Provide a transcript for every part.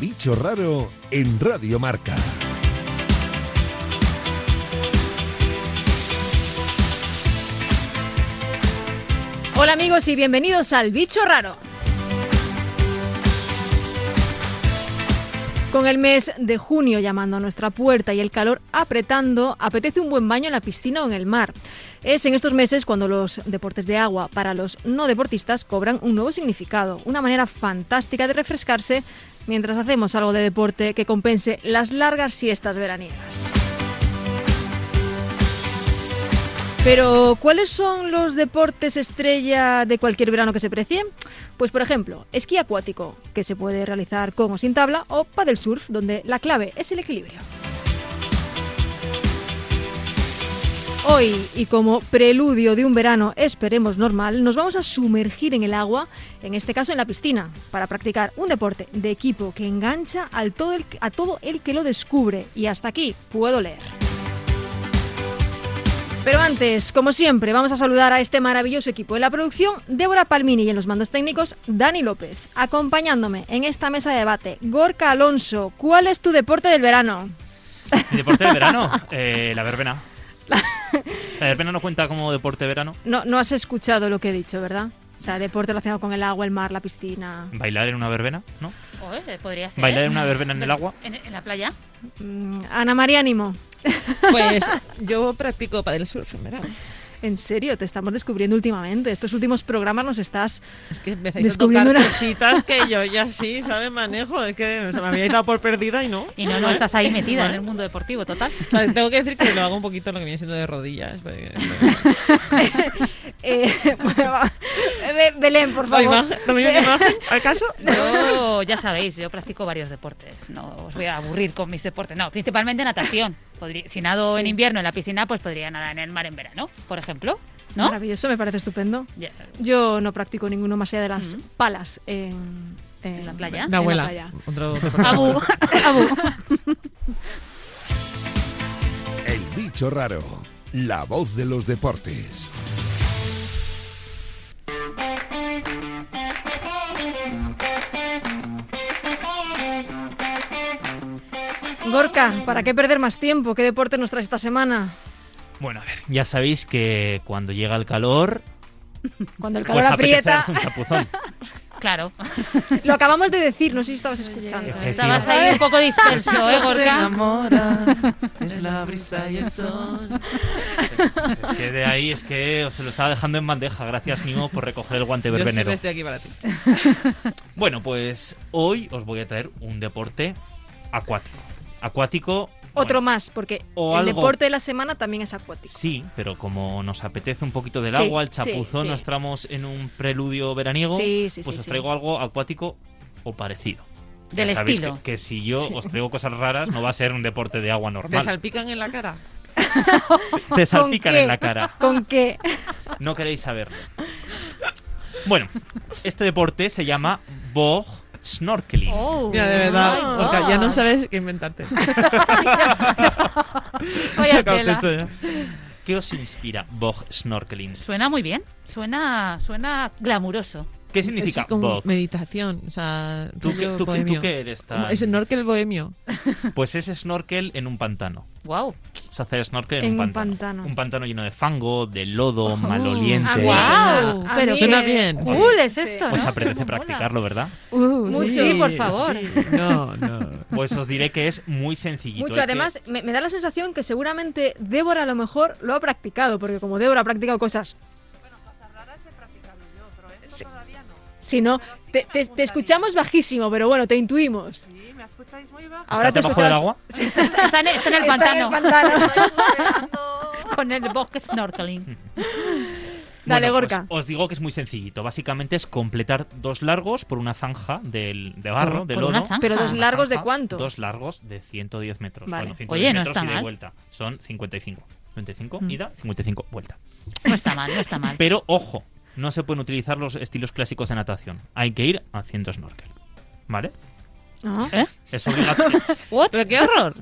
bicho raro en Radio Marca. Hola amigos y bienvenidos al bicho raro. Con el mes de junio llamando a nuestra puerta y el calor apretando, apetece un buen baño en la piscina o en el mar. Es en estos meses cuando los deportes de agua para los no deportistas cobran un nuevo significado, una manera fantástica de refrescarse mientras hacemos algo de deporte que compense las largas siestas veraniegas. Pero, ¿cuáles son los deportes estrella de cualquier verano que se precie? Pues, por ejemplo, esquí acuático, que se puede realizar con o sin tabla, o paddle surf, donde la clave es el equilibrio. Hoy, y como preludio de un verano, esperemos normal, nos vamos a sumergir en el agua, en este caso en la piscina, para practicar un deporte de equipo que engancha al todo el- a todo el que lo descubre. Y hasta aquí puedo leer. Pero antes, como siempre, vamos a saludar a este maravilloso equipo de la producción, Débora Palmini y en los mandos técnicos, Dani López. Acompañándome en esta mesa de debate, Gorka Alonso, ¿cuál es tu deporte del verano? ¿Y deporte de verano? Eh, la verbena. La verbena no cuenta como deporte de verano. No, no has escuchado lo que he dicho, ¿verdad? O sea, deporte relacionado con el agua, el mar, la piscina. Bailar en una verbena, ¿no? Joder, podría ser. Bailar en una verbena en el agua. ¿En, en la playa? Mm, Ana María Ánimo, Pues yo practico paddle surf en verano. en serio, te estamos descubriendo últimamente. Estos últimos programas nos estás. Es que empezáis a Descubriendo tocar una- cositas que yo ya sí, ¿sabes? Manejo. Es que o sea, me había dado por perdida y no. Y no, no estás ahí metida en el mundo deportivo, total. O sea, tengo que decir que lo hago un poquito lo que viene siendo de rodillas. porque- Eh, bueno, va. Be- Belén, por La favor. imagen, ¿No me viene una imagen? ¿Acaso? Yo, ya sabéis, yo practico varios deportes. No os voy a aburrir con mis deportes. No, principalmente natación. Podría- si nado en invierno en la piscina, pues podría nadar en el mar en verano, por ejemplo. ¿No? Maravilloso, me parece estupendo. Ya. Yo no practico ninguno más allá de las palas en, en- ¿En la playa? en Mi abuela. playa. Otro- otro- Abu, abu. El bicho raro, la voz de los deportes. Gorka, ¿para qué perder más tiempo? ¿Qué deporte nos traes esta semana? Bueno, a ver, ya sabéis que cuando llega el calor, Cuando el calor pues apetece aprieta. darse un chapuzón. Claro. Lo acabamos de decir, no sé si estabas escuchando. Estabas ahí un poco disperso, ¿eh, Chicos se Gorka? enamoran, es la brisa y el sol. Es que de ahí es que os lo estaba dejando en bandeja. Gracias, Mimo, por recoger el guante Yo verbenero. siempre estoy aquí para ti. Bueno, pues hoy os voy a traer un deporte acuático. Acuático. Otro bueno, más, porque O el algo. deporte de la semana también es acuático. Sí, pero como nos apetece un poquito del Sí, agua, el sí, chapuzón, sí. nos tramos en un preludio veraniego, Sí, sí, pues sí, os sí. traigo algo acuático o parecido. Del ya sabéis que, estilo. que si yo os traigo cosas raras, no va a ser un deporte de agua ¿Te normal. salpican en la cara? Te salpican qué? en la cara. ¿Con Ah. qué? No queréis saberlo. Bueno, este deporte se llama bog snorkeling. Oh, Mira, de my verdad, Gorka, ya no God. sabes qué inventarte. Vaya Te acabo tela. techo ya. ¿Qué os inspira bog snorkeling? Suena muy bien. Suena, suena glamuroso. ¿Qué significa Es como bog? meditación, o sea, ¿Tú qué, rollo tú qué- tú bohemio. qué eres tan- Es el norkel bohemio. Pues es snorkel en un pantano. Wow. Es hacer snorkel en, En un un pantano. pantano. Un pantano lleno de fango, de lodo, oh. maloliente. A mí Pues Guau, suena- Ah, a pero mí suena es- bien. Cool es Sí. esto, Os ¿no? apetece Mola. practicarlo, ¿verdad? Uh, Mucho. Sí, por favor. sí. No, no. Pues os diré que es muy sencillito. Mucho, Hay que- además, me, me da la sensación que seguramente Débora a lo mejor lo ha practicado, porque como Débora ha practicado cosas. Bueno, cosas raras he practicado yo, pero esto todavía no. Si no, te, te- te escuchamos bajísimo, pero bueno, te intuimos. Sí, me escucháis muy bajo. ahora ¿Estás te debajo del escuchamos- agua? Está en, está en el pantano. Estoy moderando. Con el bosque snorkeling. Dale, Bueno, Gorka. pues os digo que es muy sencillito. Básicamente es completar dos largos por una zanja del, de barro, Por- de por lodo. una zanja. Pero dos Ah, Una largos de zanja, cuánto? Dos largos de 110 metros. Vale. Bueno, 110 Oye, no metros está y de mal. Mm. vuelta. Son 55. 55 ida, 55 vuelta. No está mal, no está mal. Pero ojo, no se pueden utilizar los estilos clásicos de natación. Hay que ir haciendo snorkel. ¿Vale? Ajá. ¿Eh? Es obligatorio, ¿What? Pero qué horror.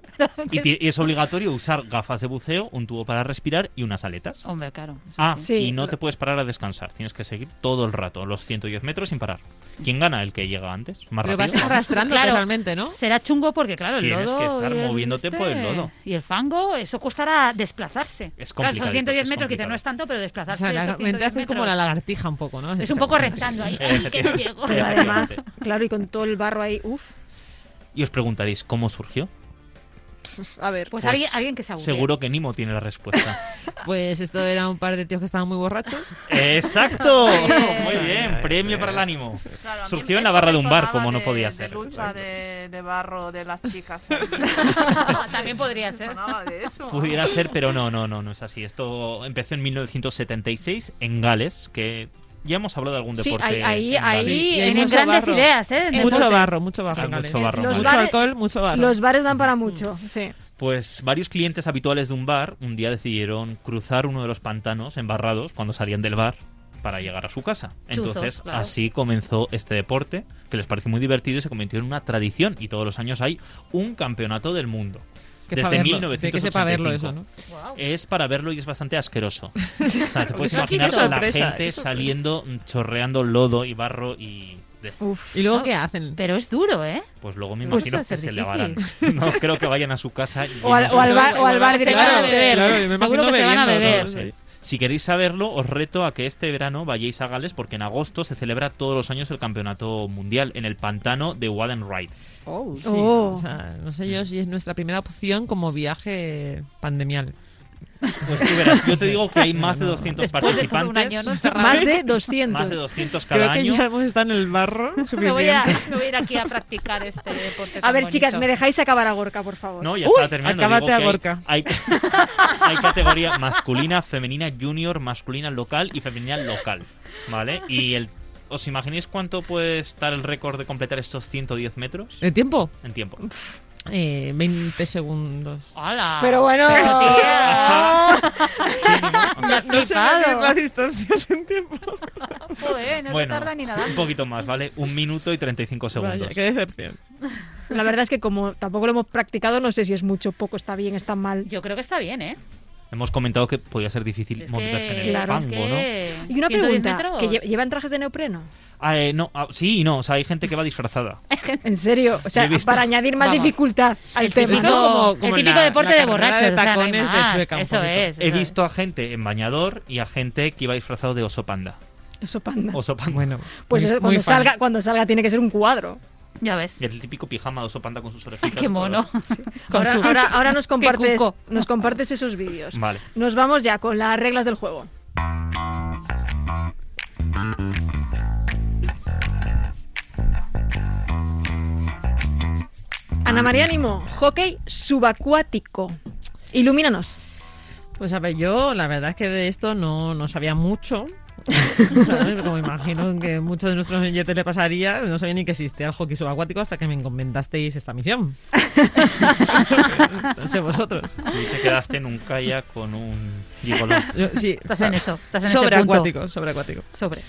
y, ti- y es obligatorio usar gafas de buceo, un tubo para respirar y unas aletas. Hombre, claro. Ah, Sí. y no te puedes parar a descansar. Tienes que seguir todo el rato, los 110 metros sin parar. ¿Quién gana? El que llega antes, más Pero rápido. vas arrastrándote Claro. realmente, ¿no? Será chungo porque, claro, el Tienes lodo. que estar y el este moviéndote por el lodo. Y el fango, eso costará desplazarse. Es Claro, complicadito, son 110 es metros, que complicado. no es tanto, pero O desplazarse. sea, la esos mente 110 haces como la metros. lagartija un poco, ¿no? Es un poco rezando ahí. Ay, que no llego. Pero Efectivamente. además, claro, y con todo el barro ahí, uff, Y os preguntaréis, ¿cómo surgió? a ver. Pues, alguien, alguien que se aburre. Seguro que Nimo tiene la respuesta. Pues esto era un par de tíos que estaban muy borrachos. ¡Exacto! Eh. Muy bien, premio para el ánimo. Claro, a mí Surgió en esto la barra me de un bar, sonaba como no de- podía De ser. lucha de, de barro de las chicas. También podría Me ser. sonaba de eso. Pudiera ser, pero no, no, no, no es así. Esto empezó en 1976 en Gales, que ya hemos hablado de algún Sí, deporte. ahí- ahí- en Gales. ahí- Sí, y hay Tienen mucho grandes barro. ideas, ¿eh? En Mucho deporte. barro, mucho barro. Hay en Gales. mucho barro. Los en Mucho Gales. bares- alcohol, mucho barro. Los bares dan para mucho, sí. Pues varios clientes habituales de un bar un día decidieron cruzar uno de los pantanos embarrados cuando salían del bar para llegar a su casa. Entonces, claro. así comenzó este deporte, que les pareció muy divertido y se convirtió en una tradición. Y todos los años hay un campeonato del mundo. Que Desde pa' verlo, de 1985. que sepa verlo eso, ¿no? Guau. Es para verlo y es bastante asqueroso. O sea, te puedes Qué imaginar a la sorpresa, gente qué sorpresa. saliendo, mm, chorreando lodo y barro y... de- Uf. ¿Y luego Ah, qué hacen? Pero es duro, ¿eh? Pues luego me Pues imagino eso que es se difícil. lavarán. No creo que vayan a su casa. y O al- llenen o al su- bar- o al bar Se van a directamente. beber. Claro, yo Seguro me imagino que se van a bebiendo, beber. todos ahí. Si queréis saberlo, os reto a que este verano vayáis a Gales porque en agosto se celebra todos los años el campeonato mundial en el pantano de Wallen Ride. Sí, Oh. o sea, no sé yo si es nuestra primera opción como viaje pandemial. Pues tú verás, yo te digo que hay más de 200 Después de todo un participantes, año, ¿no? Más de 200. más de 200 cada Creo que año. ya hemos estado en el barro Me suficiente. voy, a, me voy a ir aquí a practicar este deporte. A tan ver, bonito. chicas, ¿me dejáis acabar a Gorka, por favor? No, ya Uy, estaba terminando. Digo acábate que a hay- Gorka. Hay, hay categoría masculina, femenina, junior, masculina local y femenina local. ¿Vale? Y el, ¿os imagináis cuánto puede estar el récord de completar estos 110 metros? ¿El tiempo? En tiempo. Eh, 20 segundos. ¡Hala! Pero bueno, Pero, tía. No, no sé flipado. medir las distancias en tiempo. Joder, no se bueno, pues, tarda ni nada. un poquito más, ¿vale? Un minuto y 35 segundos. Vaya, qué decepción. la verdad es que como tampoco lo hemos practicado, no sé si es mucho, poco, está bien, está mal. Yo creo que está bien, ¿eh? Hemos comentado que podía ser difícil Es moverse en que, el claro, fango, ¿no? es que Y una 110 pregunta, metros. ¿que lle- ¿llevan trajes de neopreno? Ah, eh, no, ah, sí y no. O sea, hay gente que va disfrazada. En serio, o sea, Yo he visto- para añadir más Vamos. dificultad al El típico, tema. Esto es como- como el típico la- deporte la de carrera de borrachos. o sea, no hay tacones de más. chueca, un Eso poquito. es. He eso es. visto a gente en bañador y a gente que iba disfrazado de oso panda. Eso panda. Oso panda. Bueno, Pues muy- eso, muy cuando fan. salga, cuando salga tiene que ser un cuadro. Ya ves. Y el típico pijama de oso panda con sus orejitas. Qué y todo mono. eso. Con Ahora, su- ahora, ahora nos, compartes, cuco. nos compartes esos vídeos. Vale. Nos vamos ya con las reglas del juego. Ana María Nimo, hockey subacuático. Ilumínanos. Pues a ver, yo la verdad es que de esto no, no sabía mucho. ¿sabes? Como imagino que muchos de nuestros oyentes le pasaría, no sabía ni que existía el hockey subacuático hasta que me encomendasteis esta misión. no sé vosotros. Tú te quedaste en un kayak con un gigolón. Yo- sí, Estás en eso. Estás en ese sobreacuático, sobreacuático. punto. Sobre.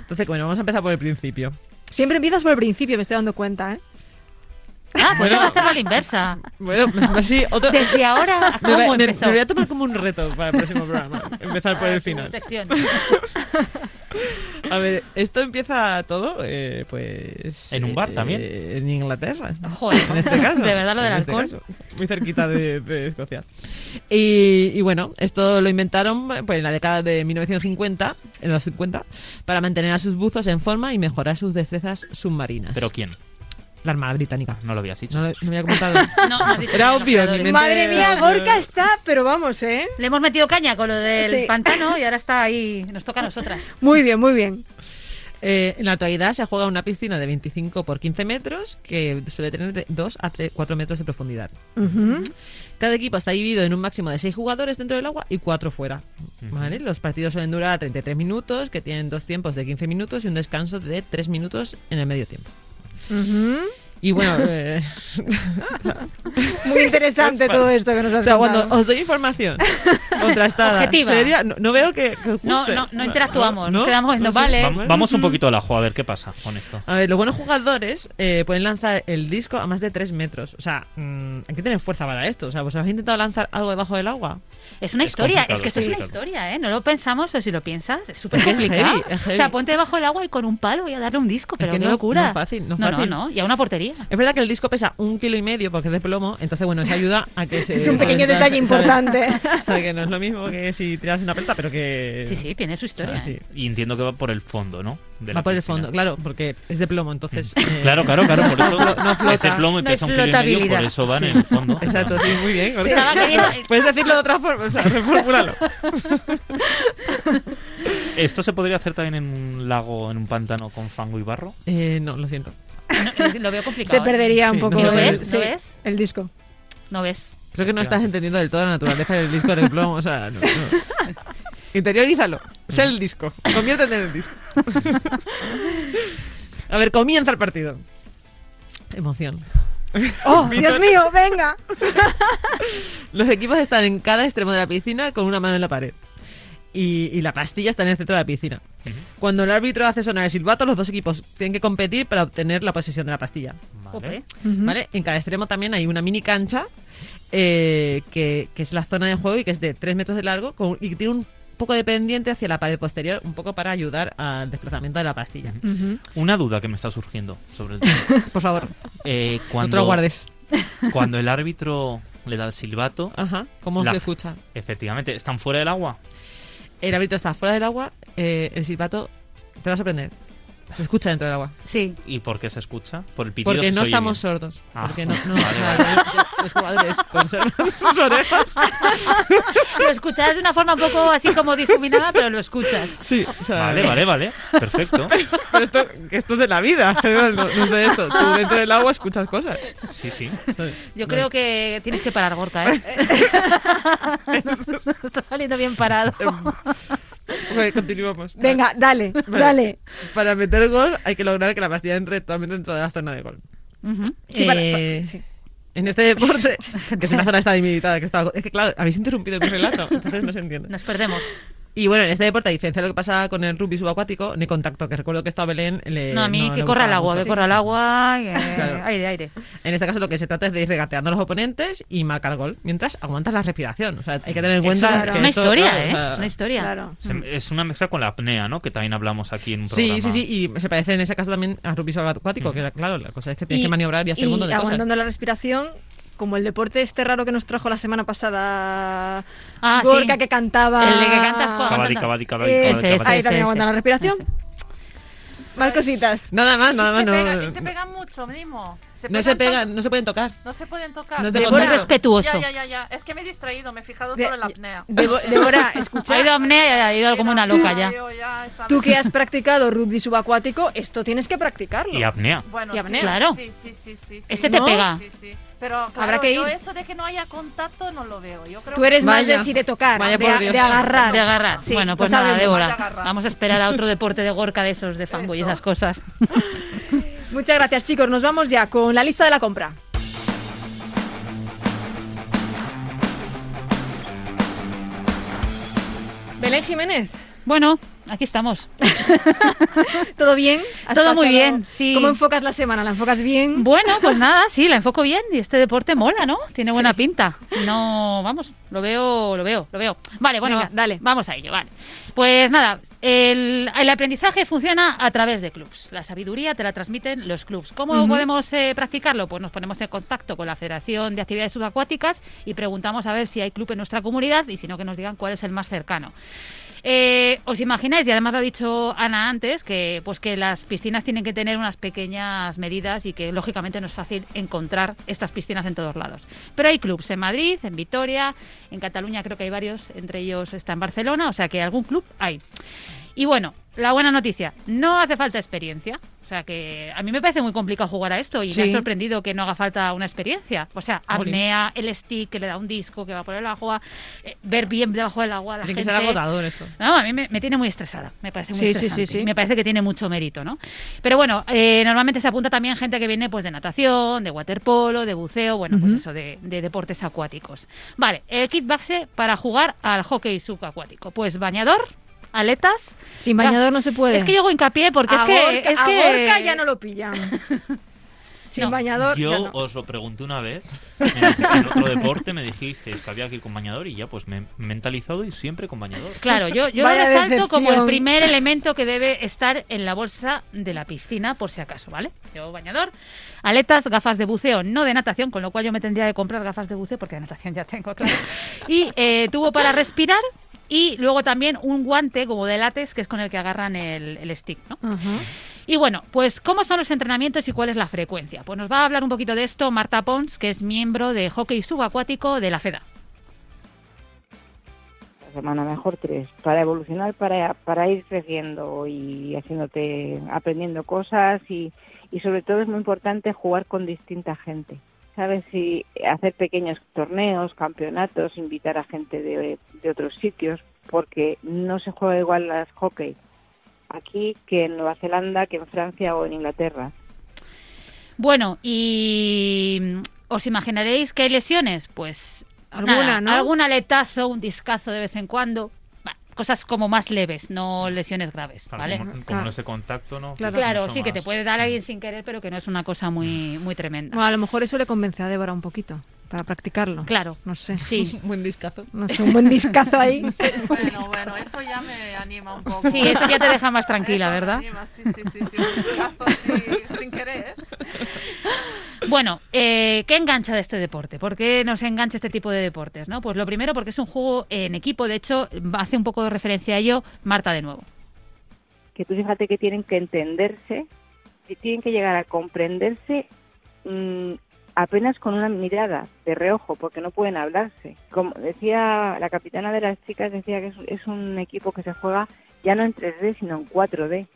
Entonces, bueno, vamos a empezar por el principio. Siempre empiezas por el principio, me estoy dando cuenta. ¿eh? Ah, pues vamos a la inversa. Bueno, así, otro, Desde ahora, ¿a me, ¿cómo va- me- empezó? me voy a tomar como un reto para el próximo programa. Empezar por Ah, el tu final. sección. A ver, esto empieza todo, eh, pues. ¿En un bar también? eh, en Inglaterra. Joder. En este caso. De verdad, lo en del este alcohol. caso, muy cerquita de, de Escocia. Y, y bueno, esto lo inventaron pues, en la década de 1950, en los 50, para mantener a sus buzos en forma y mejorar sus destrezas submarinas. ¿Pero quién? La Armada Británica. No lo habías dicho. No lo no me había comentado. No, no has dicho Era que los obvio, en mi creadores. mente- Madre mía, Gorka está, pero vamos, ¿eh? Le hemos metido caña con lo del Sí. pantano y ahora está ahí. Nos toca a nosotras. Muy bien, muy bien. Eh, en la actualidad se juega una piscina de 25 por 15 metros que suele tener de 2 a 3, 4 metros de profundidad. Ujú. Cada equipo está dividido en un máximo de 6 jugadores dentro del agua y 4 fuera. ¿vale? Los partidos suelen durar 33 minutos, que tienen dos tiempos de 15 minutos y un descanso de 3 minutos en el medio tiempo. Y bueno, eh, Muy interesante Es todo fácil. esto que nos o has sea, cuando contado. os doy información contrastada, Objetiva. seria, no, no veo que, que os No, guste. no, no interactuamos, nos quedamos en sé. vale. Va- Vamos un poquito al ajo, a ver qué pasa con esto. A ver, los buenos jugadores eh, pueden lanzar el disco a más de 3 metros. O sea, mm, hay que tener fuerza para esto. O sea, ¿vos habéis intentado lanzar algo debajo del agua? Es una Es historia, es complicado, que eso sí. es una historia, ¿eh? No lo pensamos, pero si lo piensas, es súper Es que es complicado. heavy, es O sea, heavy. ponte debajo del agua y con un palo y a darle un disco, pero que qué no es- locura. no es fácil, no es fácil. No, no, y a una portería. Es verdad que el disco pesa un kilo y medio porque es de plomo, entonces bueno, eso ayuda a que se... Es un pequeño ¿sabes? detalle ¿sabes? importante. O sea, que no es lo mismo que si tiras una pelota, pero que... Sí, sí, tiene su O sea, historia. sí. ¿eh? Y entiendo que va por el fondo, ¿no? De la Va por el piscina. Mm. fondo, claro, porque es de plomo, entonces... eh, Claro, claro, claro, por eso flo- no flota. ese plomo y No hay pesa un kilo y medio, por flotabilidad. eso van Sí. en el fondo. Exacto, sí, muy bien. Gorka. Estaba queriendo- Puedes decirlo de otra forma, o sea, reformúlalo. ¿Esto se podría hacer también en un lago, en un pántano con fango y barro? Eh, no, lo siento. No, lo veo complicado. Se perdería un Sí, no poco se el- puede. ¿Lo ves? sí, ¿Lo ves? el disco. No ves. Creo que no estás entendiendo del todo la naturaleza del disco de plomo, o sea, no, no. Interiorízalo, sé el disco, conviértete en el disco. A ver, comienza el partido. Emoción. ¡Oh, Dios mío, venga! Los equipos están en cada extremo de la piscina con una mano en la pared. Y, y la pastilla está en el centro de la piscina. Cuando el árbitro hace sonar el silbato, los dos equipos tienen que competir para obtener la posesión de la pastilla. Vale. Jope. ¿vale? En cada extremo también hay una mini cancha eh, que, que es la zona de juego y que es de 3 metros de largo con- y que tiene un poco de pendiente hacia la pared posterior, un poco para ayudar al desplazamiento de la pastilla. Una duda que me está surgiendo sobre el tema. Por favor, Eh, no te cuando, lo guardes. cuando el árbitro le da el silbato, Ajá, ¿cómo La- se escucha? efectivamente, ¿están fuera del agua? El árbitro está fuera del agua, eh, el silbato te va a sorprender. Se escucha dentro del agua. Sí. ¿Y por qué se escucha? Por el pitido Porque que se no oye estamos bien. sordos. Ah. Porque no, no, Vale, o sea, los jugadores conservan sus orejas. Lo escuchas de una forma un poco así como difuminada, pero lo escuchas. Sí, o sea, Vale, vale, vale. Perfecto. Pero esto, que esto es de la vida, no, no es de esto. Tú dentro del agua escuchas cosas. Sí, sí. Yo creo que tienes que parar, Gorka, ¿eh? no está saliendo bien parado. Bueno, continuamos. Venga, dale, Vale. dale. Para meter gol hay que lograr que la pastilla entre totalmente dentro de la zona de gol. Ujú. Sí, para- Eh, sí. En este deporte, que es una zona estabilizada, que está, es que claro, habéis interrumpido mi relato, entonces no se entiende. Nos perdemos. Y bueno, en este deporte, a diferencia de lo que pasa con el rugby subacuático, ni contacto, que recuerdo que esto a Belén le. no, a mí eh, no que le corra el gustaba agua, mucho. que corra el agua. que- Claro. Aire, aire. En este caso, lo que se trata es de ir regateando a los oponentes y marcar gol mientras aguantas la respiración. O sea, hay que tener en cuenta. Eso que es una esto, historia, claro, o ¿eh? sea, Es una historia. Claro. Se- es una mezcla con la apnea, ¿no? Que también hablamos aquí en un programa. Sí, sí, sí, y se parece en ese caso también a rugby acuático, que claro, la cosa es que tienes que maniobrar y hacer un montón de cosas. aguantando la respiración, como el deporte este raro que nos trajo la semana pasada Ah, Gorka sí. que cantaba... El de que cantas Juan. Cabadi, cabadi, cabadi, Ese, cabadi, ese, cabadi. Ahí también ese, aguantan la ese. respiración. Más cositas. Nada más, nada más, se, no. pega- y se pegan mucho, Dimo. no se pegan, no se pueden tocar. No se pueden tocar. No es de Muy Débora. respetuoso. Ya, ya, ya, ya. Es que me he distraído, me he fijado De- sobre la apnea. Debo- Débora, escucha, Ha ido apnea y ha ido como una loca ya. Yo ya esa- tú que has practicado rugby subacuático, esto tienes que practicarlo. Y apnea. Bueno, Y sí, apnea. Claro. Sí, sí, sí, sí, sí. Este te ¿No? pega. Sí, sí. Pero claro, Habrá que yo ir. eso de que no haya contacto no lo veo. Yo creo Tú eres más Vaya. de sí de tocar, de, Vaya por a- Dios. de agarrar. De agarrar. Sí, bueno, lo pues nada, sabemos. De Débora. agarrar. Vamos a esperar a otro deporte de Gorka de esos, de fanboy y Eso. esas cosas. Muchas gracias, chicos. Nos vamos ya con la lista de la compra. Belén Jiménez, Bueno, aquí estamos. ¿todo bien? ¿Has Todo muy pasado- bien, sí. ¿Cómo enfocas la semana? ¿La enfocas bien? Bueno, pues nada, sí, la enfoco bien y este deporte mola, ¿no? Tiene buena Sí. pinta. No, vamos, lo veo, lo veo, lo veo. Vale, bueno, Venga, va- dale. Vamos a ello, vale. Pues nada, el, el aprendizaje funciona a través de clubs. La sabiduría te la transmiten los clubs. ¿Cómo podemos eh, practicarlo? Pues nos ponemos en contacto con la Federación de Actividades Subacuáticas y preguntamos a ver si hay club en nuestra comunidad y si no, que nos digan cuál es el más cercano. Eh, ¿Os imagináis? Y además lo ha dicho Ana antes, que pues que las piscinas tienen que tener unas pequeñas medidas y que lógicamente no es fácil encontrar estas piscinas en todos lados. Pero hay clubs en Madrid, en Vitoria, en Cataluña creo que hay varios, entre ellos está en Barcelona, o sea que algún club hay. Y bueno, la buena noticia, no hace falta experiencia. O sea que a mí me parece muy complicado jugar a esto y Sí. me ha sorprendido que no haga falta una experiencia. O sea, Jolín. apnea, el stick que le da un disco que va por el agua, eh, ver bien debajo del agua. a La Tiene que gente. ser agotador esto. No, a mí me, me tiene muy estresada. Me parece muy Sí, sí, estresante. sí, sí. Me parece que tiene mucho mérito, ¿no? Pero bueno, eh, normalmente se apunta también gente que viene pues de natación, de waterpolo, de buceo, bueno, pues Ujú. eso, de, de deportes acuáticos. Vale, el kit base para jugar al hockey subacuático. Pues bañador, aletas. Sin bañador no se puede. Es que yo hago hincapié porque A es que. Gorka- es a que Gorka ya no lo pillan. Sin No, bañador. ya Yo no. os lo pregunté una vez, en en otro deporte me dijisteis que había que ir con bañador y ya pues me he mentalizado y siempre con bañador. Claro, yo, yo lo Vaya resalto como el decepción. primer elemento que debe estar en la bolsa de la piscina, por si acaso, ¿vale? Yo bañador, aletas, gafas de buceo, no de natación, con lo cual yo me tendría que comprar gafas de buceo porque de natación ya tengo, claro. Y eh, tubo para respirar y luego también un guante como de látex que es con el que agarran el, el stick, ¿no? Ajá. Y bueno, pues ¿cómo son los entrenamientos y cuál es la frecuencia? Pues nos va a hablar un poquito de esto Marta Pons, que es miembro de hockey subacuático de la FEDA. la semana mejor tres para evolucionar para, para ir creciendo y haciéndote aprendiendo cosas y, y sobre todo es muy importante jugar con distinta gente sabes y hacer pequeños torneos campeonatos invitar a gente de, de otros sitios porque no se juega igual las hockey aquí que en Nueva Zelanda que en Francia o en Inglaterra Bueno, y mm, os imaginaréis que hay lesiones, pues Alguna, nada, ¿no? algún aletazo, un discazo de vez en cuando, bah, cosas como más leves, no lesiones graves, Claro, ¿vale? Como, como Claro. no es de contacto, ¿no? Ah. Claro. Pues Claro, mucho sí que más. te puede dar alguien sin querer, pero que no es una cosa muy muy tremenda. Bueno, a lo mejor eso le convence a Débora un poquito para practicarlo. Claro. No sé. Sí. Buen discazo. No sé, un buen discazo ahí. Bueno, bueno, eso ya me anima un poco. Sí, eso ya te deja más tranquila, Eso me ¿verdad? anima, Sí, sí, sí, sí, un discazo así, sin querer. Bueno, eh, ¿qué engancha de este deporte? ¿Por qué nos engancha este tipo de deportes? ¿no? Pues lo primero, porque es un juego en equipo. De hecho, hace un poco de referencia a ello Marta de nuevo. que tú fíjate que tienen que entenderse, que tienen que llegar a comprenderse mm, apenas con una mirada de reojo, porque no pueden hablarse. Como decía la capitana de las chicas, decía que es, es un equipo que se juega ya no en 3D, sino en 4D,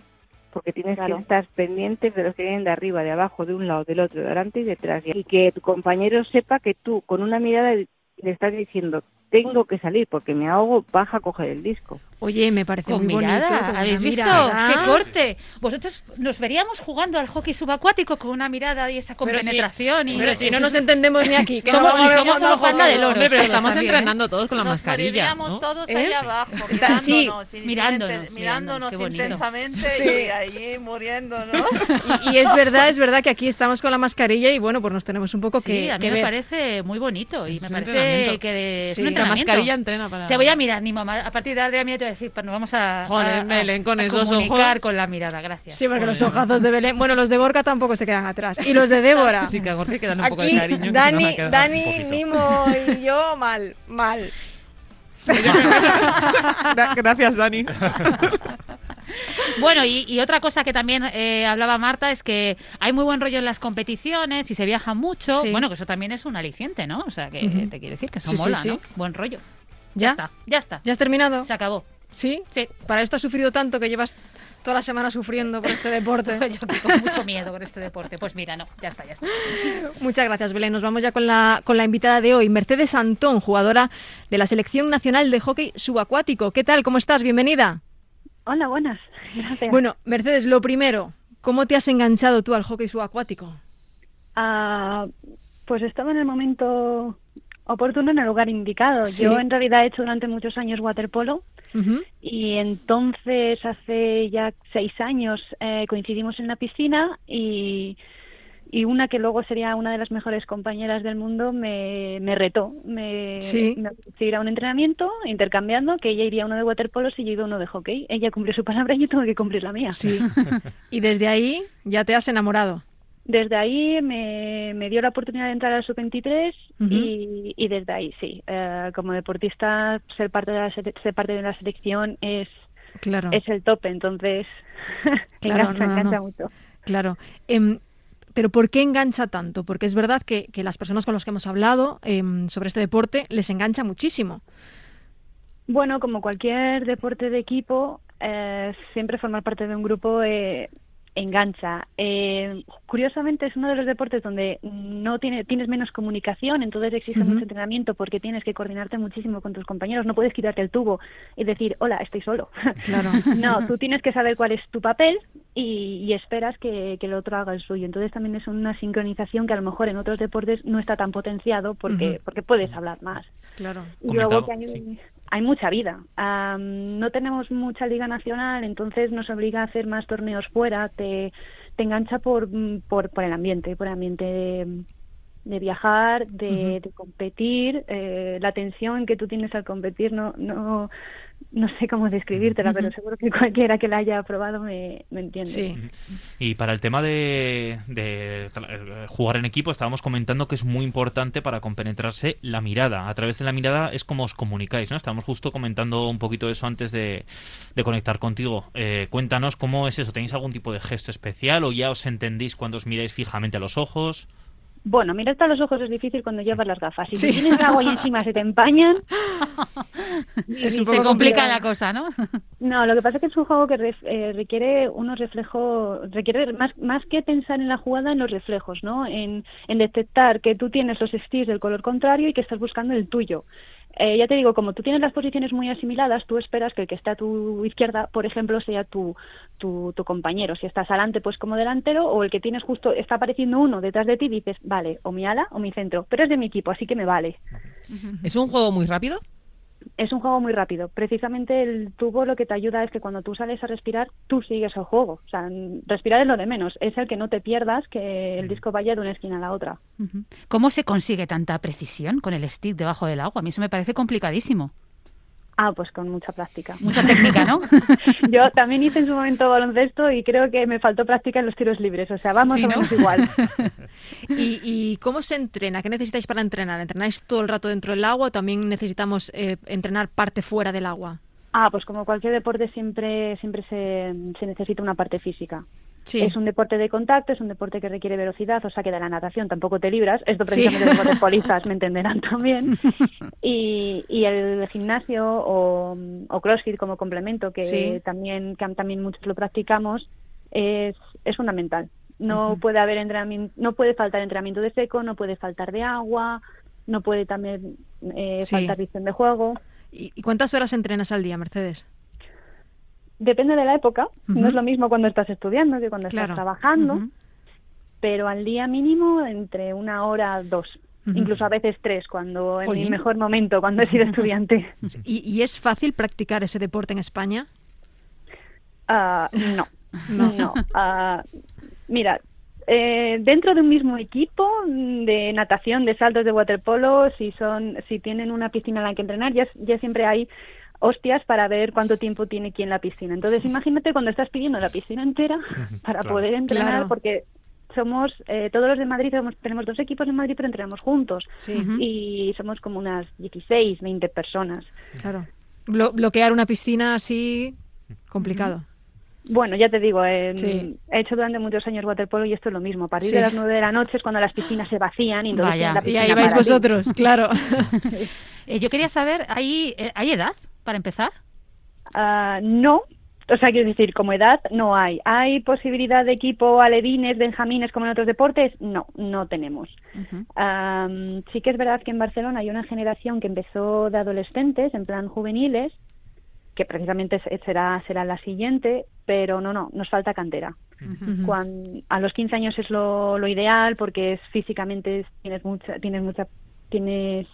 porque tienes que estar pendientes de los que vienen de arriba, de abajo, de un lado, del otro, de delante y detrás, y que tu compañero sepa que tú con una mirada le estás diciendo, tengo que salir porque me ahogo, baja a coger el disco. Oye, me parece Con muy bonito. mirada, con ¿habéis una visto? mirada. ¡Qué corte! Vosotros nos veríamos jugando al hockey subacuático con una mirada y esa Pero sí, compenetración. y... Pero si no nos entendemos ni aquí. que no Somos- vamos a y ver somos cuando solo juego. banda de loros. Hombre, pero todos estamos también, entrenando todos con la Nos mascarilla. moriríamos ¿no? todos ¿Eh? allá abajo, Está- sí, mirándonos, mirándonos, y- inten- mirándonos, mirándonos qué bonito. intensamente Sí. y allí muriéndonos. Y, y es verdad, es verdad que aquí estamos con la mascarilla y bueno, pues nos tenemos un poco Sí, que, a mí que me ver. parece muy bonito y Es me un parece entrenamiento. que es Sí. un La La entrenamiento. mascarilla entrena para. Te voy a mirar, ni mamá. A partir de ahora te voy a mirar y te voy a decir, pues nos vamos a, Joder, a- Belén, con a esos ojos. comunicar con la mirada. Gracias. Sí, porque los Joder. ojazos de Belén. Bueno, los de Gorka tampoco se quedan atrás. Y los de Débora. Sí, que a Gorka hay que darle un poco Aquí, de cariño. que si no se va a Dani, quedar- Dani, poquito. Mimo y yo, mal, mal. Da- Gracias, Dani. Bueno, y, y otra cosa que también eh, hablaba Marta es que hay muy buen rollo en las competiciones y se viaja mucho. Sí. Bueno, que eso también es un aliciente, ¿no? O sea, que Ujú. eh, te quiere decir que eso Sí, sí, mola, sí. ¿no? Buen rollo. ¿Ya? está, ya está. ¿Ya has terminado? Se acabó. ¿Sí? Sí. Para esto has sufrido tanto que llevas toda la semana sufriendo por este deporte. Yo tengo mucho miedo con este deporte. Pues mira, no, ya está, ya está. Muchas gracias, Belén. Nos vamos ya con la, con la invitada de hoy, Mercedes Antón, jugadora de la Selección Nacional de Hockey Subacuático. ¿Qué tal? ¿Cómo estás? Bienvenida. Hola, buenas. Gracias. Bueno, Mercedes, lo primero, ¿cómo te has enganchado tú al hockey subacuático? Ah, pues estaba en el momento oportuno, en el lugar indicado. Sí. Yo en realidad he hecho durante muchos años waterpolo Ujú. y entonces hace ya seis años eh, coincidimos en la piscina y, y una que luego sería una de las mejores compañeras del mundo me, me retó. Me, Sí. me ofreció ir a un entrenamiento intercambiando que ella iría a uno de waterpolo y yo iba a uno de hockey. Ella cumplió su palabra y yo tengo que cumplir la mía. Sí. Y desde ahí ya te has enamorado. Desde ahí me, me dio la oportunidad de entrar al sub-23 Ujú. y, y desde ahí sí. Eh, como deportista, ser parte de la, sele- ser parte de la selección es, Claro. es el tope, entonces Claro, no, engancha, no, engancha no. mucho. Claro. Em, pero ¿por qué engancha tanto? Porque es verdad que, que las personas con las que hemos hablado em, sobre este deporte les engancha muchísimo. Bueno, como cualquier deporte de equipo, eh, siempre formar parte de un grupo eh, engancha. Eh, curiosamente es uno de los deportes donde no tiene, tienes menos comunicación, entonces exige Ujú. mucho entrenamiento porque tienes que coordinarte muchísimo con tus compañeros, no puedes quitarte el tubo y decir, hola, estoy solo. Claro. no, tú tienes que saber cuál es tu papel y, y esperas que, que el otro haga el suyo. Entonces también es una sincronización que a lo mejor en otros deportes no está tan potenciado porque, Ujú. porque puedes hablar más. Claro. Y luego Comentado, que hay, sí. hay mucha vida. Am, no tenemos mucha liga nacional, entonces nos obliga a hacer más torneos fuera. Te, te engancha por, mm, por, por el ambiente, por el ambiente de, de viajar, de, de competir. eh, la tensión que tú tienes al competir, no, no, no sé cómo describírtela, pero seguro que cualquiera que la haya probado me, me entiende. Sí. Y para el tema de, de tra- eh, jugar en equipo, estábamos comentando que es muy importante para compenetrarse la mirada. A través de la mirada es como os comunicáis, ¿no? Estábamos justo comentando un poquito eso antes de, de conectar contigo. Eh, cuéntanos cómo es eso. ¿Tenéis algún tipo de gesto especial o ya os entendéis cuando os miráis fijamente a los ojos? Bueno, mirarte a los ojos es difícil cuando llevas las gafas. Si Sí. tienes agua y encima se te empañan, Es un Se poco complica complicado. la cosa, ¿no? No, lo que pasa es que es un juego que ref- eh, requiere unos reflejos, requiere más, más que pensar en la jugada, en los reflejos, ¿no? En, en detectar que tú tienes los sticks del color contrario y que estás buscando el tuyo. Eh, ya te digo, como tú tienes las posiciones muy asimiladas, tú esperas que el que está a tu izquierda, por ejemplo, sea tu, tu, tu compañero. Si estás adelante, pues como delantero, o el que tienes justo, está apareciendo uno detrás de ti, dices, vale, o mi ala o mi centro, pero es de mi equipo, así que me vale. ¿Es un juego muy rápido? Es un juego muy rápido. Precisamente el tubo lo que te ayuda es que cuando tú sales a respirar, tú sigues el juego. O sea, n- respirar es lo de menos. Es el que no te pierdas, que Mm. el disco vaya de una esquina a la otra. Ujú. ¿Cómo se consigue tanta precisión con el stick debajo del agua? A mí eso me parece complicadísimo. Ah, pues con mucha práctica. Mucha técnica, ¿no? Yo también hice en su momento baloncesto y creo que me faltó práctica en los tiros libres. O sea, vamos Sí, a ¿no? igual. ¿Y, y cómo se entrena? ¿Qué necesitáis para entrenar? ¿Entrenáis todo el rato dentro del agua o también necesitamos eh, entrenar parte fuera del agua? Ah, pues como cualquier deporte siempre, siempre se, se necesita una parte física. Sí. Es un deporte de contacto, es un deporte que requiere velocidad, o sea que de la natación tampoco te libras. Esto Sí. precisamente los deportistas me entenderán también. Y, y el gimnasio o, o CrossFit como complemento, que Sí. también que también muchos lo practicamos, es, es fundamental. No puede haber entrenamiento, no puede faltar entrenamiento de seco, no puede faltar de agua, no puede también eh, Sí. faltar visión de juego. ¿Y y cuántas horas entrenas al día, Mercedes? Depende de la época. Ujú. No es lo mismo cuando estás estudiando que cuando Claro. estás trabajando. Ujú. pero al día mínimo entre una hora, dos, Ujú. incluso a veces tres, cuando en mi Jolín. mejor momento, cuando he sido estudiante. ¿Y, y es fácil practicar ese deporte en España? Ah, no, no. Ah, mira, eh, dentro de un mismo equipo mm, de natación, de saltos, de waterpolo, si son, si tienen una piscina en la que entrenar, ya, ya siempre hay hostias para ver cuánto tiempo tiene quién la piscina. Entonces, imagínate cuando estás pidiendo la piscina entera para Claro. poder entrenar, Claro. porque somos eh, todos los de Madrid, somos- tenemos dos equipos en Madrid, pero entrenamos juntos. Sí, Ujú. y somos como unas 16, 20 personas. claro. Blo- bloquear una piscina así, complicado. Bueno, ya te digo, eh, Sí. he hecho durante muchos años waterpolo y esto es lo mismo. A partir Sí. de las 9 de la noche es cuando las piscinas se vacían y entonces Vaya. tienes la Y piscina ahí vais para ti. vosotros, claro. Eh, yo quería saber, ¿hay, eh, ¿hay edad para empezar? Ah, no, o sea, quiero decir, como edad no hay. ¿Hay posibilidad de equipo alevines, benjamines como en otros deportes? No, no tenemos. Ujú. Am, sí que es verdad que en Barcelona hay una generación que empezó de adolescentes, en plan juveniles, que precisamente se- será, será la siguiente, pero no, no, nos falta cantera. Ujú. Cuan- a los 15 años es lo, lo ideal porque es físicamente es- tienes mucha tienes mucha tienes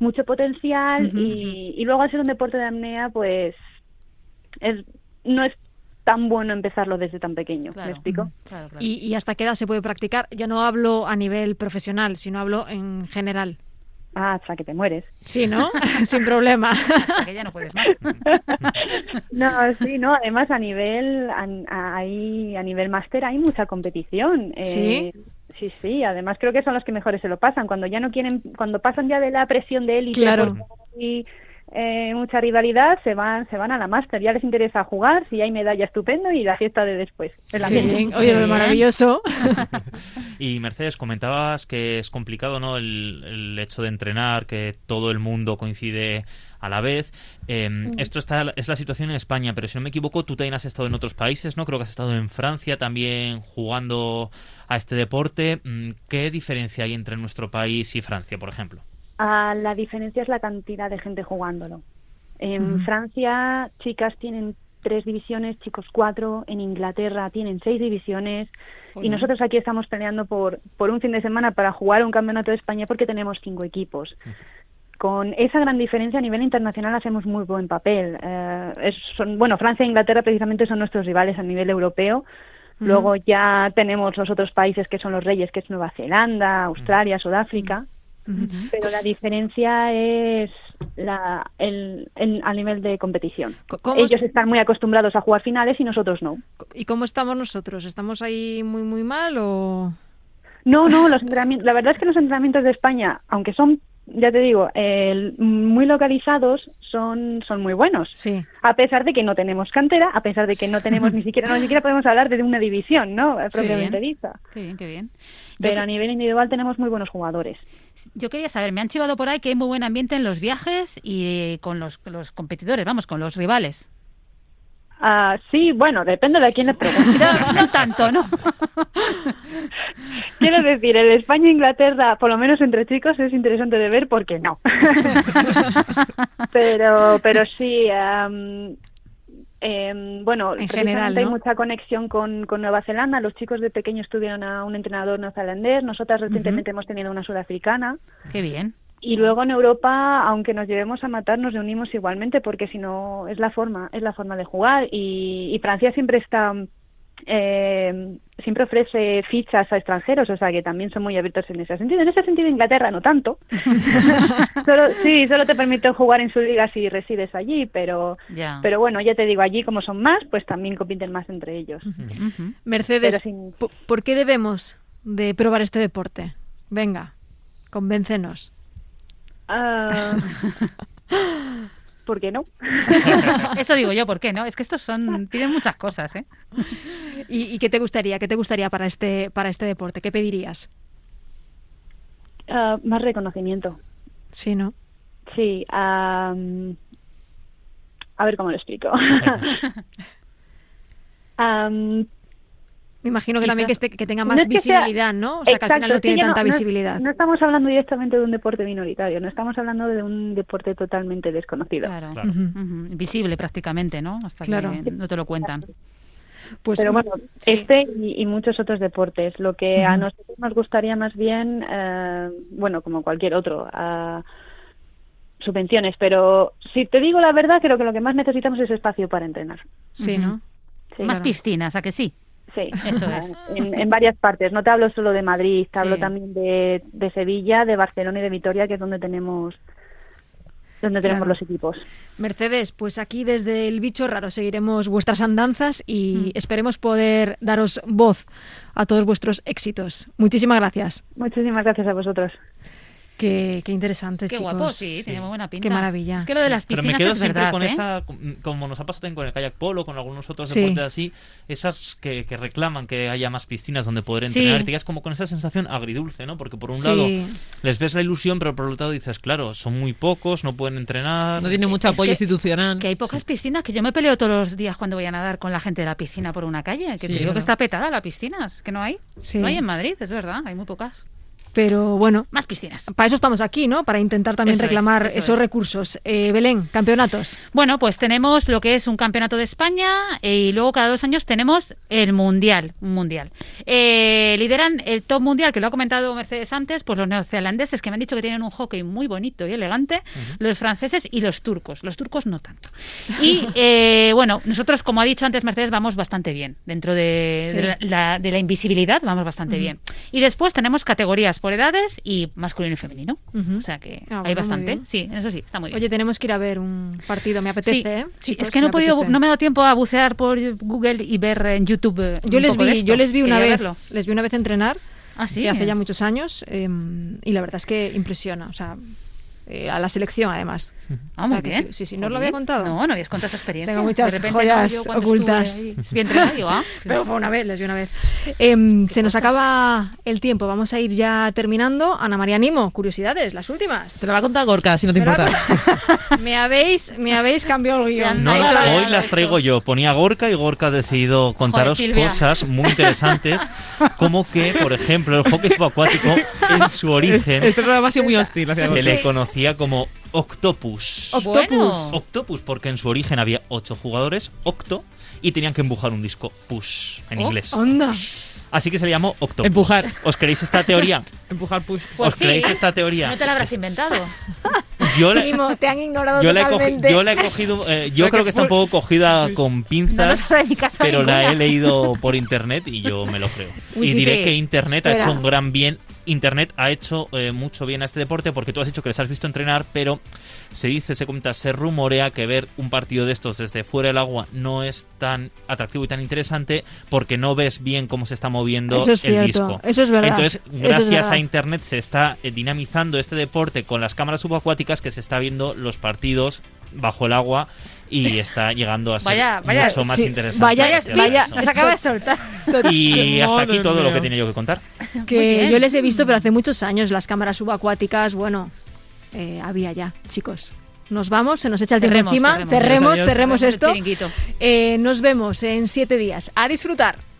mucho potencial Ujú, y, y luego al ser un deporte de apnea pues es no es tan bueno empezarlo desde tan pequeño Claro. me explico Claro, claro. ¿Y, y hasta qué edad se puede practicar? Ya no hablo a nivel profesional, sino hablo en general. ah hasta que te mueres Sí, ¿no? Sin problema. Hasta que ya no puedes más. no sí no además a nivel a, a- ahí, a nivel máster hay mucha competición eh, ¿Sí? Sí, sí, además creo que son los que mejores se lo pasan. Cuando ya no quieren, cuando pasan ya de la presión de élite, Claro. porque hay, eh, mucha rivalidad, se van, se van a la máster. Ya les interesa jugar, si hay medalla estupendo y la fiesta de después. Es la Qué misma. bien. Oye, Qué lo bien. maravilloso. Y Mercedes, comentabas que es complicado ¿no? el, el hecho de entrenar, que todo el mundo coincide a la vez. Eh, Esto está, es la situación en España, pero si no me equivoco, tú también has estado en otros países, ¿no? Creo que has estado en Francia también jugando a este deporte. Mm, ¿Qué diferencia hay entre nuestro país y Francia, por ejemplo? Ah, la diferencia es la cantidad de gente jugándolo. En Mm. Francia, chicas tienen tres divisiones, chicos cuatro. En Inglaterra tienen seis divisiones. Y nosotros aquí estamos peleando por, por un fin de semana para jugar un campeonato de España porque tenemos cinco equipos. Con esa gran diferencia a nivel internacional hacemos muy buen papel. Eh, es- son, bueno, Francia e Inglaterra precisamente son nuestros rivales a nivel europeo. Luego ya tenemos los otros países que son los reyes, que es Nueva Zelanda, Australia, Sudáfrica. Pero la diferencia es la, el, el- a nivel de competición. Co- ¿Cómo Ellos es- están muy acostumbrados a jugar finales y nosotros no. ¿Y cómo estamos nosotros? ¿Estamos ahí muy, muy mal o...? No, no, los entrenamientos, la verdad es que los entrenamientos de España, aunque son, ya te digo, el- muy localizados, son, son muy buenos. Sí. A pesar de que no tenemos cantera, a pesar de que no tenemos ni siquiera, no, ni siquiera podemos hablar de una división, ¿no? Propiamente dicha. Qué bien, qué bien. Yo Pero que- a nivel individual tenemos muy buenos jugadores. Yo quería saber, me han chivado por ahí que hay muy buen ambiente en los viajes y eh, con los, los competidores, vamos, con los rivales. Ah, sí, bueno, depende de a quién le preguntes. No, no tanto, ¿no? Quiero decir, el España-Inglaterra, por lo menos entre chicos, es interesante de ver porque no. pero, pero sí, am, em, bueno, En precisamente general, hay ¿no? mucha conexión con, con Nueva Zelanda. Los chicos de pequeños tuvieron a un entrenador neozelandés. Nosotras recientemente hemos tenido una sudafricana. Qué bien. Y luego en Europa, aunque nos llevemos a matar, nos reunimos igualmente porque si no es la forma, es la forma de jugar y, y Francia siempre está eh, siempre ofrece fichas a extranjeros, o sea que también son muy abiertos en ese sentido. En ese sentido Inglaterra no tanto. solo, sí, solo te permite jugar en su liga si resides allí, pero Ya. pero bueno, ya te digo, allí como son más, pues también compiten más entre ellos. Ujú. Mercedes, Pero sin- po- ¿por qué debemos de probar este deporte? Venga, convéncenos. Ah, ¿Por qué no? Eso digo yo, ¿por qué no? Es que estos son piden muchas cosas, ¿eh? ¿Y, y qué te gustaría? ¿Qué te gustaría para este, para este deporte? ¿Qué pedirías? Ah, más reconocimiento. Sí, ¿no? Sí, am, a ver cómo lo explico. Am, Me imagino que también que, Quizás- este- que tenga no más es que sea- visibilidad, ¿no? O sea, que al final exacto, no es tiene ya tanta no- no- visibilidad. No, estamos hablando directamente de un deporte minoritario, no estamos hablando de un deporte totalmente desconocido. Claro. Claro. Ujú. Ujú. Invisible prácticamente, ¿no? Hasta Claro. que no te lo cuentan. Pues, Pero bueno, sí. este y, y muchos otros deportes. Lo que a Ujú. nosotros nos gustaría más bien, eh, bueno, como cualquier otro, ah, subvenciones. Pero si te digo la verdad, creo que lo que más necesitamos es espacio para entrenar. Sí, Ujú. ¿no? Sí, Más claro. piscinas, ¿a que sí? Sí, Eso ah, es. En, en varias partes. No te hablo solo de Madrid, te hablo Sí. también de, de Sevilla, de Barcelona y de Vitoria, que es donde tenemos donde tenemos Claro. los equipos. Mercedes, pues aquí desde el bicho raro seguiremos vuestras andanzas y Mm. esperemos poder daros voz a todos vuestros éxitos. Muchísimas gracias. Muchísimas gracias a vosotros. Qué, qué interesante, Qué chicos. guapo, sí, tiene muy buena pinta. Qué maravilla. Es que lo de las Pero piscinas me quedo es siempre verdad, con ¿eh? esa, con- como nos ha pasado también con el kayak polo, con algunos otros Sí. deportes así, esas que, que reclaman que haya más piscinas donde poder Sí. entrenar, y te quedas como con esa sensación agridulce, ¿no? Porque por un Sí. lado les ves la ilusión, pero por otro lado dices, claro, son muy pocos, no pueden entrenar. No tiene mucho Es apoyo que- institucional. Que hay pocas piscinas, que yo me peleo todos los días cuando voy a nadar con la gente de la piscina por una calle. Que te Sí, digo claro. que está petada la piscina, es que no hay. Sí. No hay en Madrid, es verdad, hay muy pocas. Pero bueno, Más piscinas. para eso estamos aquí, ¿no? Para intentar también Eso es, reclamar eso esos es. recursos. Eh, Belén, campeonatos. Bueno, pues tenemos lo que es un campeonato de España eh, y luego cada dos años tenemos el mundial, un mundial. Eh, lideran el top mundial que lo ha comentado Mercedes antes, pues los neozelandeses que me han dicho que tienen un hockey muy bonito y elegante, los franceses y los turcos. Los turcos no tanto. Y eh, bueno, nosotros como ha dicho antes Mercedes vamos bastante bien dentro de, Sí. de la- la, de la invisibilidad vamos bastante bien. Y después tenemos categorías por edades y masculino y femenino. Ujú. O sea que Ah, bueno, muy hay bastante. bien. Sí, eso sí, está muy bien. Oye, tenemos que ir a ver un partido, me apetece, Sí, ¿eh? sí, Chicos, es que no, he me podido, apetece. no me ha dado tiempo a bucear por Google y ver en YouTube. eh, Yo un les poco de vi, esto. yo les vi una Quería vez, verlo. les vi una vez entrenar. Ah, em, sí. y hace ya muchos años eh, y la verdad es que impresiona, o sea, eh, a la selección además. Ah, O muy sea que bien. sí, sí, sí, Muy no os lo había bien. contado. No, no habías contado esa experiencia. Tengo muchas de repente, joyas yo cuando estuve ocultas. ahí- Bien entrenada, digo, ah. Pero fue una vez, les vi una vez. Em, se nos acaba el tiempo, vamos a ir ya terminando. Ana María Nimo, curiosidades, las últimas. Te la va a contar Gorka, si no te Me lo importa. ha- me habéis, me habéis cambiado el guión. No, Ahí la- está. hoy las traigo yo. Ponía Gorka y Gorka ha decidido contaros Joder, Silvia. cosas muy interesantes, como que, por ejemplo, el hockey subacuático en su origen Este programa ha sido muy hostil hacia se nosotros. le conocía como octopus. Octopus. Bueno. Octopus, porque en su origen había ocho jugadores, octo, y tenían que empujar un disco push en Oh. inglés. Onda. Así que se le llamó octopus. Empujar. ¿Os creéis esta teoría? Empujar push. Pues ¿Os sí. creéis esta teoría? No te la habrás inventado. Yo la, Nimo, te han ignorado yo la he, cogi- totalmente. yo la he cogido, eh, yo creo Creo que que está un fue- poco cogida con No nos pinzas, hace ni caso a pero la ninguna. he leído por internet y yo me lo creo. Y Wikipedia. diré que Internet ha Espera. hecho un gran bien. Internet ha hecho eh, mucho bien a este deporte porque tú has dicho que les has visto entrenar, pero se dice, se cuenta, se rumorea que ver un partido de estos desde fuera del agua no es tan atractivo y tan interesante porque no ves bien cómo se está moviendo Eso es el cierto, disco. eso es verdad. Entonces, Eso es gracias verdad. a Internet se está eh, dinamizando este deporte con las cámaras subacuáticas que se está viendo los partidos bajo el agua y está llegando a ser Vaya- vaya- mucho más sí, interesante. vaya- que Vaya, el vaya, resto. las acabas de soltar. Y Qué hasta aquí madre todo lo mía. que tenía yo que contar. Muy Que bien. yo les he visto, pero hace muchos años las cámaras subacuáticas, bueno, eh, había ya, chicos. Nos vamos, se nos echa el tiempo Cerremos, encima. cerremos. Cerremos, Adiós, adiós. cerremos Cerremos el esto. chiringuito. Eh, nos vemos en siete días. A disfrutar.